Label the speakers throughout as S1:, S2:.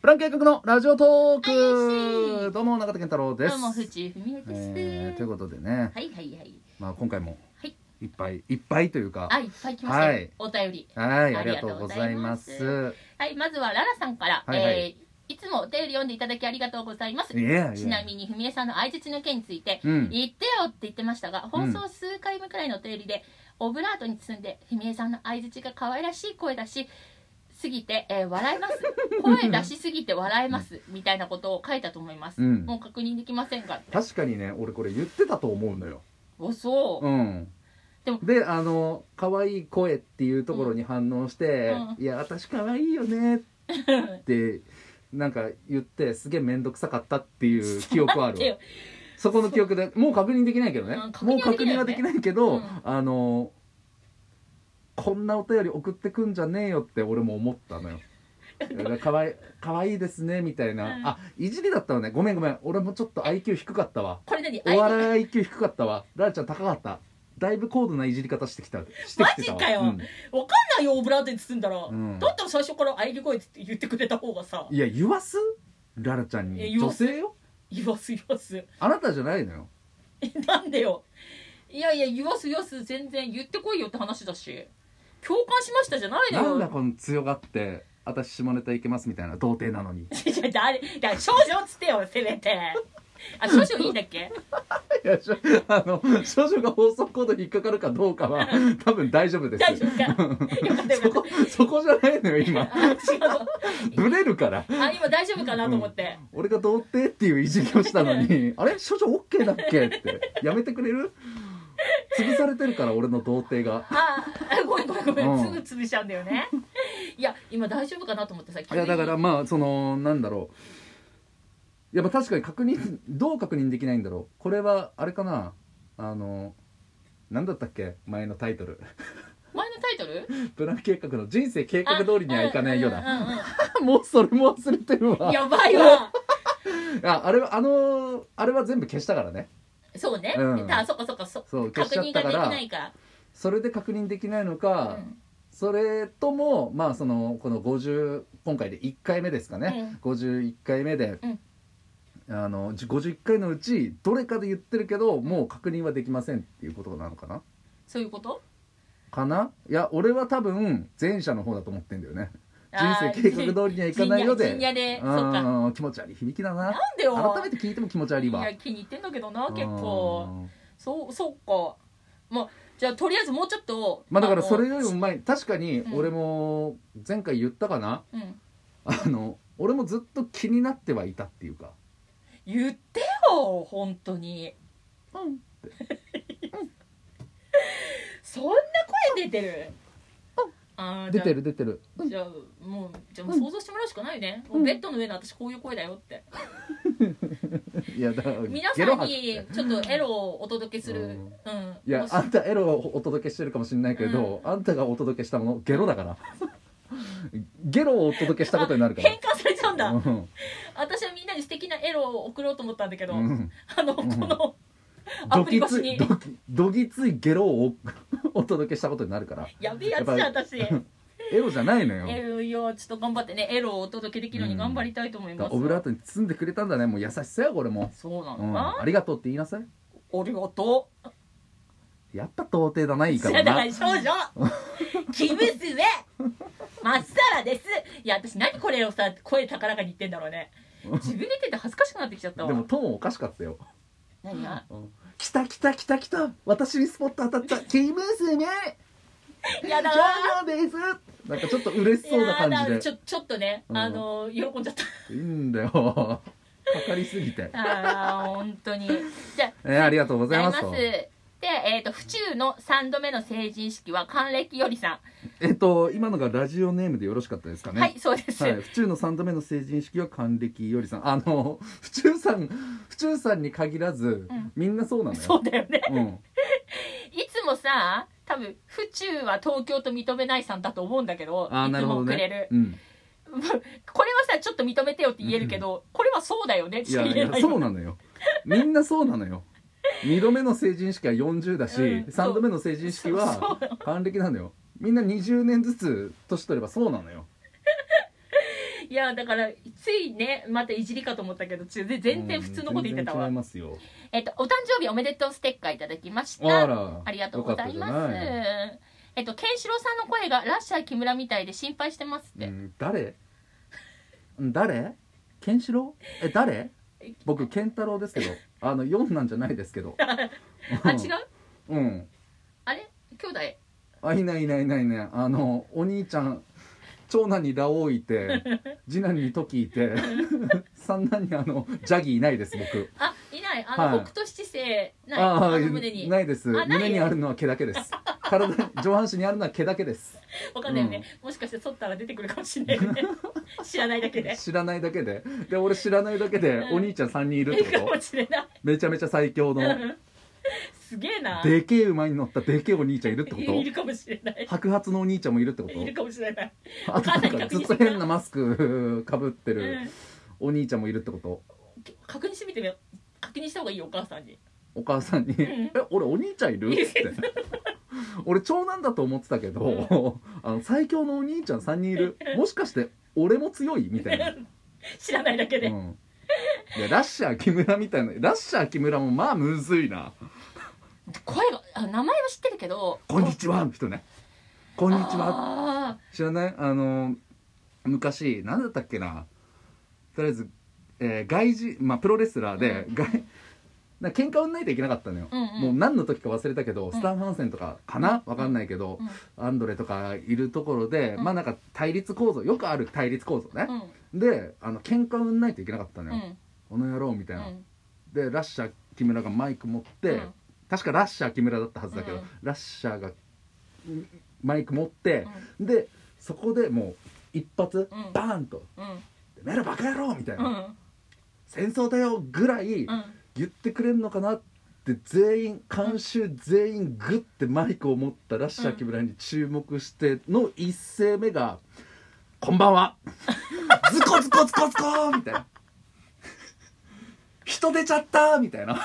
S1: フランケン格のラジオトー
S2: はいよ
S1: ク
S2: し
S1: どうも中田健太郎です
S2: どうも藤井文也です、
S1: えーということでね、
S2: はいはいはい
S1: まあ今回も
S2: はい
S1: いっぱいいっぱいというか
S2: あいっぱい来ましたよ、
S1: はい
S2: お便り
S1: はいあ
S2: あ
S1: りが
S2: りが
S1: と
S2: と
S1: う
S2: う
S1: ご
S2: ご
S1: ざ
S2: ざ
S1: い
S2: い
S1: ま
S2: ますはいまずはララさんから、
S1: はいはい
S2: えーいつもお便り読んでいただきありがとうございます
S1: いやいや
S2: ちなみに文江さんの相槌の件について、
S1: うん
S2: 言ってよって言ってましたが放送数回目くらいのお便りで、オブラートに包んで文江さんの相槌が可愛らしい声だしすぎて、えー笑い ます声出しすぎて笑えますみたいなことを書いたと思います、
S1: うん
S2: もう確認できませんがって
S1: 確かにね俺これ言ってたと思うのよ
S2: おそう、
S1: うん
S2: でも
S1: であの可愛い声っていうところに反応して「
S2: う
S1: いや私可愛いよね」ってなんか言ってすげえ面倒くさかったっていう記憶はあ
S2: 待 って
S1: るわ
S2: よ
S1: そこの記憶でもう確認できないけどね、
S2: うん確認は
S1: もう確認はで
S2: で
S1: き
S2: き
S1: な
S2: ない
S1: けど、
S2: うん
S1: あのこんなお便り送ってくんじゃねえよって俺も思った のよだからかわいかわいいですねみたいな、
S2: うん
S1: あいじりだったわねごめんごめん俺もちょっと IQ 低かったわ
S2: これ何
S1: お笑い IQ 低かったわララちゃん高かっただいぶ高度ないじり方してきたしてきてたわ
S2: マジかよ
S1: うん
S2: わかんないよオブラートに包んだら、
S1: ん
S2: だったら最初から「喘ぎ声」って言ってくれた方がさ
S1: いや言わすララちゃん
S2: え
S1: に
S2: 言
S1: 女
S2: わす
S1: 性よ
S2: 言わす言わす
S1: あなたじゃないのよ
S2: なんでよいやいや言わす言わす全然言ってこいよって話だし共感しましたじゃないの
S1: なん
S2: よ
S1: だこの強がって私下ネタいけますみたいな童貞なのに
S2: いや誰だから少女っつってよせめてあ少女いいんだっけ
S1: いやしょあの少女が放送コードに引っかかるかどうか は多分大丈夫です
S2: 大丈夫かよかった
S1: そ
S2: よかっ
S1: こそこじゃないのよ 今
S2: たあ違う
S1: ブレるから
S2: あ今大丈夫かなと思って、
S1: 俺が童貞っていういじりをしたのにあれ少女 OK だっけってやめてくれる潰されてるから俺の童貞が
S2: ああごめんごめんごめん、
S1: うん
S2: すぐ潰しちゃうんだよねいや今大丈夫かなと思ってさ
S1: いやだからまあそのなんだろうやっぱ確かに確認どう確認できないんだろうこれはあれかなあの何だったっけ前のタイトル
S2: 前のタイトル
S1: プラン計画の人生計画通りにはいかないような
S2: あうんうんうん
S1: もうそれも忘れてるわ
S2: やばいわ
S1: ああれはあのあれは全部消したからね
S2: そうね、
S1: うん
S2: あそっかそっかそ
S1: そう消し
S2: 確
S1: ちゃっ
S2: 認
S1: た
S2: が
S1: か
S2: でき
S1: ら
S2: ないか
S1: それで確認できないの
S2: ら、
S1: か、
S2: うん
S1: それともまあそのこの50今回で1回目ですかね、51回目で、あのじ51回のうちどれかで言ってるけどもう確認はできませんっていうことなのかな
S2: そういうこと
S1: かないや俺は多分前者の方だと思ってんだよね人生計画
S2: り
S1: 通りにはいかないようで
S2: 陣屋陣屋で
S1: うん
S2: そうかなん
S1: 気持ち悪い響きだな
S2: でよ
S1: 改めて聞いても気持ち悪い
S2: い
S1: わ
S2: や気に入ってんだけどな結構そうそうかまあじゃあとりあえずもうちょっと
S1: まあだからそれ
S2: の
S1: よりも前に確かに俺も前回言ったかな、
S2: うん
S1: あの俺もずっと気になってはいたっていうか
S2: 言ってよ本当に
S1: うん
S2: そんな声出てるあーじ
S1: 出
S2: ゃあ
S1: てる出てる、うん
S2: じゃあもうじゃあもう想像してもらうしかないね、もうベッドの上の私こういう声だよって
S1: いやだから
S2: 皆
S1: ゲ
S2: さ
S1: ロ
S2: ん
S1: 吐く
S2: にちょっとエロをお届けする、
S1: う
S2: うんん、
S1: いや
S2: もし
S1: あんたエロをお届けしてるかもしれないけど、あんたがお届けしたものゲロだから ゲロをお届けしたことになるから
S2: 変換されちゃうんだ、
S1: うん
S2: 私はみんなに素敵なエロを送ろうと思ったんだけど、
S1: うん
S2: あのこ
S1: ん
S2: の、ア
S1: ど
S2: プリ
S1: ぎ
S2: 越
S1: つ
S2: し
S1: い
S2: に
S1: どぎどぎついゲロをおお届けしたことになるから
S2: やべえやつじゃん
S1: やっ
S2: 私
S1: エロじゃないのよ
S2: エロいよちょっと頑張ってねエロをお届けできるように頑張りたいと思い
S1: だか
S2: ま
S1: ら
S2: す、
S1: オブラートに包んでくれたんだねもう優しさよこれも、
S2: そうなの
S1: う
S2: か、
S1: ん、あ
S2: あ
S1: りがとうって言いなさい
S2: りがとう
S1: やっぱ到底だないい
S2: じ
S1: か
S2: ゃ
S1: ら
S2: だか
S1: な
S2: ら少女 生娘まっさらですいや私何これをさ声高らかに言ってんだろうね自分で言ってて恥ずかしくなってきちゃった
S1: で
S2: わ
S1: もトーンおかしかったよ
S2: 何が
S1: 「来た来た来た来た私にスポット当たったキムスメ
S2: やだー
S1: ジャーですなんかちょっと嬉しそうな感
S2: いやー
S1: じ
S2: ち
S1: で
S2: ょちょっとね、
S1: うん
S2: あのー喜んじゃった
S1: いいんだよかかりすぎて、
S2: あー本当にじゃあ
S1: えー、ありがとうご
S2: ご
S1: ざい
S2: ざい
S1: ま
S2: ますす
S1: と
S2: でえっ、と府中の3度目の成人式は還暦よりさ
S1: えっと今のがラジオネームでよろしかったですか
S2: ん、
S1: ね
S2: はいそうです、
S1: はい、府中の3度目の成人式は還暦よりさんあの府中さん府中さんに限らず、
S2: うん
S1: みんなそうなのよ
S2: そうだよね
S1: うん、
S2: いつもさ多分府中は東京と認めないさんだと思うんだけど
S1: ああ
S2: い
S1: な
S2: つ
S1: るほ
S2: も
S1: ど
S2: くれ
S1: ね
S2: る、
S1: うん、
S2: これはさちょっと認めてよって言えるけど、これはそうだよね
S1: い
S2: しか
S1: やい
S2: 言え
S1: や
S2: ない
S1: そうなのよみんなそうなのよ2度目の成人式は40だし、
S2: うん
S1: 3度目の成人式は
S2: そう
S1: 還暦なのよみんな20年ずつ年取ればそうなのよ
S2: いやだからついねまたいじりかと思ったけどち全然普通のこと言ってたわ、
S1: うん全然違いますよ
S2: えっとお誕生日おめでとうステッカーいただきまし
S1: あ
S2: た
S1: ら
S2: ありがとうございます
S1: よかったじゃない
S2: えっとケンシロウさんの声がラッシャー木村みたいで心配してますって、
S1: うん誰誰ケンシロウえ誰僕ケンタロウですけどあの4なんじゃないですけど
S2: あ違う
S1: うん、うん、
S2: あれ兄弟
S1: あいないいないいないねあのお兄ちゃん長男にラオウい て次男にトキいて 三男にあのジャギーいないです僕
S2: あいないあの、
S1: はい
S2: 北斗七星ないあ
S1: ああ
S2: の胸に
S1: ないです
S2: あない
S1: 胸にあるのは毛だけです体に上半身にあるのは毛だけ です
S2: わかんないよね、もしかして剃ったら出てくるかもしれない よね知らないだけで
S1: 知らないだけでで俺知らないだけで
S2: うん
S1: お兄ちゃん3人いるっ
S2: い
S1: て
S2: いか
S1: こと
S2: もしれない
S1: めちゃめちゃ最強の
S2: うんすげえな
S1: でけえ馬に乗ったでけえお兄ちゃんいるってこ
S2: いる
S1: と
S2: かもしれない
S1: 白髪のお兄ちゃんもいるってこ
S2: いる
S1: と
S2: かもしれない、
S1: あとなん
S2: わかんな
S1: か
S2: い
S1: ずっと変なマスクかぶって
S2: う
S1: る
S2: ん
S1: お兄ちゃんもいるってこと
S2: 確認してみてみよう確認した方がいいよお母さんに
S1: お母さんに「え俺お兄ちゃんいる?」って 俺長男だと思ってたけど あの最強のお兄ちゃん3人いるもしかして俺も強いみたい な
S2: 知らないだけで、
S1: うんいやラッシャー木村みたいなラッシャー木村もまあむずいな
S2: 声があ名前は知ってるけど
S1: 「こんにちは」の人ね「こんにちは」
S2: は
S1: 知らないあの昔何だったっけなとりあえず、えー外人、まあ、プロレスラーで、外なんか喧嘩売んないといけなかったのよ、
S2: うんうん
S1: もう何の時か忘れたけど、
S2: ん
S1: スタン・ハンセンとかかなわかんないけど、アンドレとかいるところで、
S2: うん
S1: まあなんか対立構造よくある対立構造ね
S2: う、ん
S1: であの喧嘩売んないといけなかったの
S2: うんう
S1: よ、
S2: ん
S1: この野郎みた
S2: う
S1: いな、
S2: ん
S1: でラッシャー木村がマイク持って、
S2: うん
S1: 確かラッシャー木村だったはずだけど、
S2: うん
S1: ラッシャーがうんマイク持って、でそこでもう一発、
S2: うん
S1: バーンと
S2: うん
S1: 「てめえらバカ野郎!」みたいな、
S2: うん
S1: 戦争だよ!」ぐらい
S2: うん
S1: 言ってくれんのかなって全員監修全員グッてマイクを持ったラッシャー木村に注目しての一声目が「こんばん は! 」「ズコズコズコズコ!」みたいな「人出ちゃった!」みた いな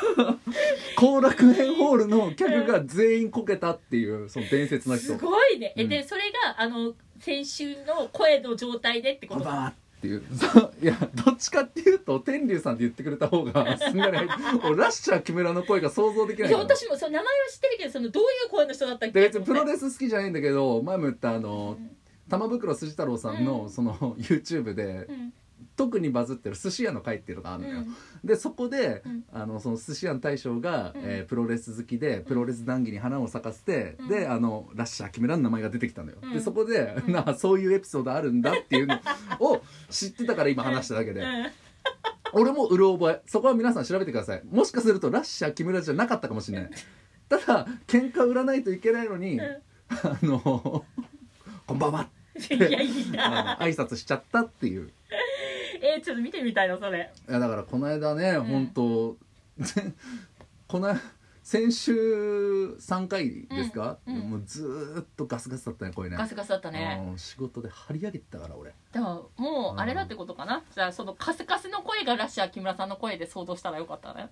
S1: 後楽園ホールの客が全員こけたっていうその伝説の人
S2: すごいねえ
S1: うん
S2: でそれがあの先週の声の状態でってこ
S1: ことんばんはっていうそういやどっちかっていうと天竜さんって言ってくれた方 がすんなり入って俺ラッシャー木村の声が想像できないいか
S2: や
S1: ら
S2: 私もその名前は知ってるけどそのどういう声の人だったっけ
S1: で別にプロ
S2: ス
S1: レス好きじゃないんだけど前も言ったあの
S2: うん
S1: 玉袋筋太郎さん
S2: う
S1: の
S2: ん
S1: その YouTube で
S2: うん
S1: 特にバズってる寿司屋の会っていうのがあるのよ、でそこで、
S2: うん
S1: あのその寿司屋の大将が、
S2: うん
S1: えープロレス好きでプロレス談義に花を咲かせて、
S2: うん
S1: であのラッシャー木村の名前が出てきたのよ、
S2: うん
S1: でそこで、
S2: う ん
S1: なあそういうエピソードあるんだっていうのを知ってたから今話しただけ
S2: う
S1: で、
S2: んうん
S1: 俺もうる覚えそこは皆さん調べてくださいもしかするとラッシャー木村じゃなかったかもしれないただ喧嘩売らないといけないのに、
S2: うん
S1: あの「こんばんは」
S2: いやいい
S1: あ
S2: な
S1: の挨拶しちゃったっていう
S2: えーちょっと見てみたいなそれ
S1: いやだからこの間ね、
S2: ん
S1: 本当 この先週3回ですか、
S2: うんうん
S1: もうずーっとガスガスだったねこれね
S2: ガスガスだったね
S1: うん仕事で張り上げてたから俺
S2: だからもうあれだってことかなじゃあそのカスカスの声がラッシャー木村さんの声で想像したらよかったね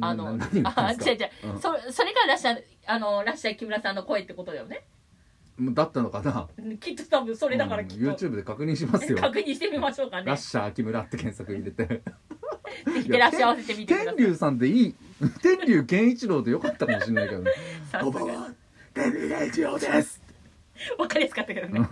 S2: あの
S1: な何言って
S2: あ
S1: ん
S2: 違う違
S1: です
S2: う
S1: か、うん
S2: そそれがラッシャーあのラッシャー木村さんの声ってことだよね
S1: もうだったのかな
S2: きっと多分それだから
S1: うん
S2: きっと、
S1: YouTube で確認しますよ
S2: 確認してみましょうかね
S1: ラッシャー木村って検索入れて
S2: ぜひ照らし合わせてみてくだ
S1: 天
S2: さい
S1: 竜さんでいい天竜源一郎でよかったかもしれないけ どね
S2: さ
S1: こんばんは天竜源一郎です
S2: 分かりやすかったけど
S1: うん
S2: ね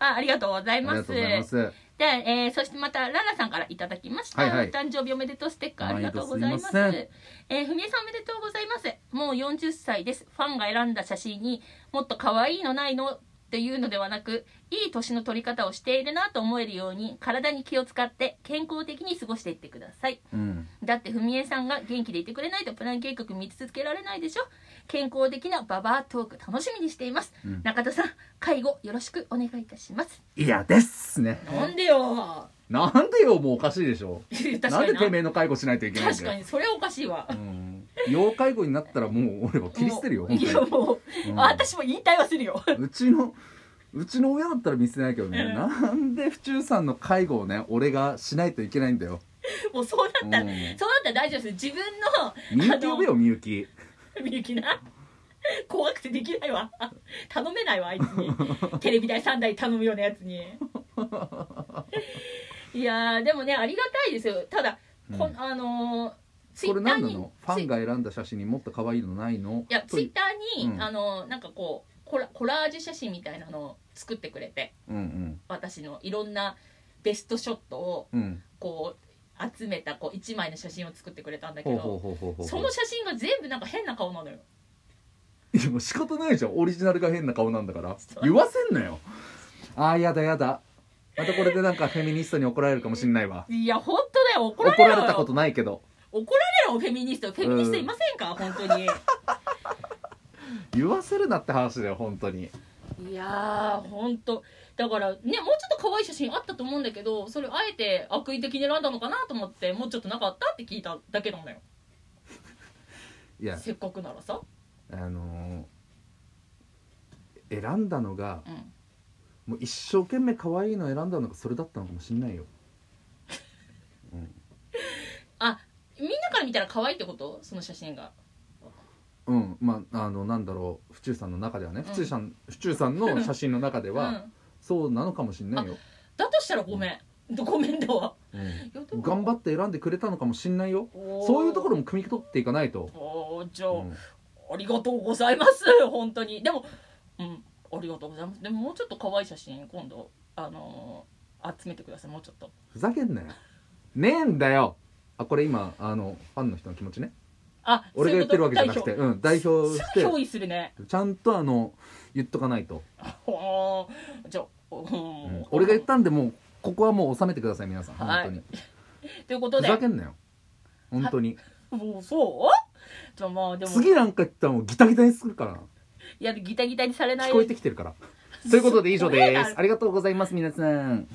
S1: あ
S2: あありがとうござい
S1: り
S2: ま
S1: が
S2: す
S1: とうございます
S2: で、えーそしてまたララさんからいただきました、
S1: はいはい
S2: お誕生日おめでとうステッカーありがとうございま
S1: 毎度
S2: す
S1: すいません
S2: えーふみえさんおめでとうございますもう40歳ですファンが選んだ写真にもっと可愛いのないのっていうのではなくいい年の取り方をしているなと思えるように体に気を使って健康的に過ごしていってください
S1: うん
S2: だってふみえさんが元気でいてくれないとプラン計画見続けられないでしょ健康的なババアトーク楽しみにしています、
S1: うん
S2: 中田さん介護よろしくお願いいたします
S1: いやですね
S2: なんでよ
S1: なんでよもうおかしいでしょ
S2: 確
S1: な
S2: か
S1: ん
S2: に
S1: で
S2: な
S1: てめえの介護しないといけないん
S2: 確
S1: だ
S2: か
S1: よ
S2: にそれはおかしいわ
S1: うん要介護になったらもう俺は切り捨てるよ
S2: もう
S1: 本
S2: いや
S1: 当
S2: もう、
S1: うん
S2: 私も言いたいはするよ
S1: にうちのうちの親だったら見せないけどね
S2: うん
S1: なんで府中さんの介護をね俺がしないといけないんだよ
S2: もうそうなったら、
S1: うん
S2: そうなったら大丈夫です自分
S1: み
S2: の
S1: ゆき呼べよみゆき
S2: あのみゆきな怖くてできないわ 頼めないわあいつにテレビ台3台頼むようなやつにいやーでもねありがたいですよただこ、
S1: うん
S2: あのーツイ
S1: これ
S2: ッター
S1: 何な
S2: に
S1: のファンが選んだ写真にもっと可愛いのないの
S2: いや
S1: と
S2: ツイッターに、
S1: うん
S2: あのなんかこうコラコラージュ写真みたいなのを作ってくれて
S1: うん
S2: 私のいろんなベストショットを
S1: うんうん
S2: こう集めたこう1枚の写真を作ってくれたんだけ
S1: ほう
S2: ど
S1: ほうほうほうほう
S2: その写真が全部なんか変な顔なのよ
S1: いやもう仕方ないじゃんオリジナルが変な顔なんだから
S2: そう
S1: 言わせんなよあーやだやだまたこれでなんかフェミニストに怒られるかもしんないわ
S2: いや本当だよ怒ら
S1: 怒
S2: れ
S1: ら
S2: ろ
S1: れた
S2: よ
S1: ことないけど
S2: 怒られろフェミニストフェミニストいませんか、本当に
S1: 言わせるなって話だよ本当に
S2: いやー本当だからねもうちょっと可愛い写真あったと思うんだけどそれあえて悪意的に選んだのかなと思ってもうちょっとなかったって聞いただけなのよ
S1: いや
S2: せっかくならさ
S1: あのー選んだのが
S2: うん
S1: もう一生懸命可愛いの選んだのがそれだったのかもしんないよ
S2: みんなから見たら可愛いってことその写真が
S1: うんまああのなんだろう府中さんの中ではね
S2: ん
S1: 府中さん府中さんの写真の中で
S2: う
S1: は
S2: ん
S1: そうなのかもしんないよ、
S2: だとしたらごめん、ごめんだわ
S1: うん
S2: いやでも
S1: 頑張って選んでくれたのかもしんないよ
S2: おー
S1: そういうところも汲み取っていかないと、
S2: おーじゃあ、
S1: うん
S2: ありがとうございます 本当にでもうんありがとうございますでももうちょっと可愛い写真今度あのー集めてくださいもうちょっと
S1: ふざけんなよねえんだよあこれ今あのファンの人の気持ちね
S2: あ
S1: 俺が言ってるわけじゃなく
S2: そう
S1: て
S2: いう
S1: う、ん、代
S2: こと
S1: 表し
S2: 代表すぐ
S1: て
S2: 憑依するね
S1: ちゃんとあの言っとかないと、
S2: ほーじゃあ、うん
S1: うん俺が言ったんでもうここはもう収めてください皆さん本
S2: はい
S1: 当に、
S2: ということ
S1: ふ
S2: で
S1: ざけんなよ本当に
S2: もうそうじゃあまあでも
S1: 次なんか言ったらもうギタギタにするからない
S2: やギタギタにされない
S1: 聞こえてきてるからということで以上です
S2: す
S1: ありがとうございます皆さん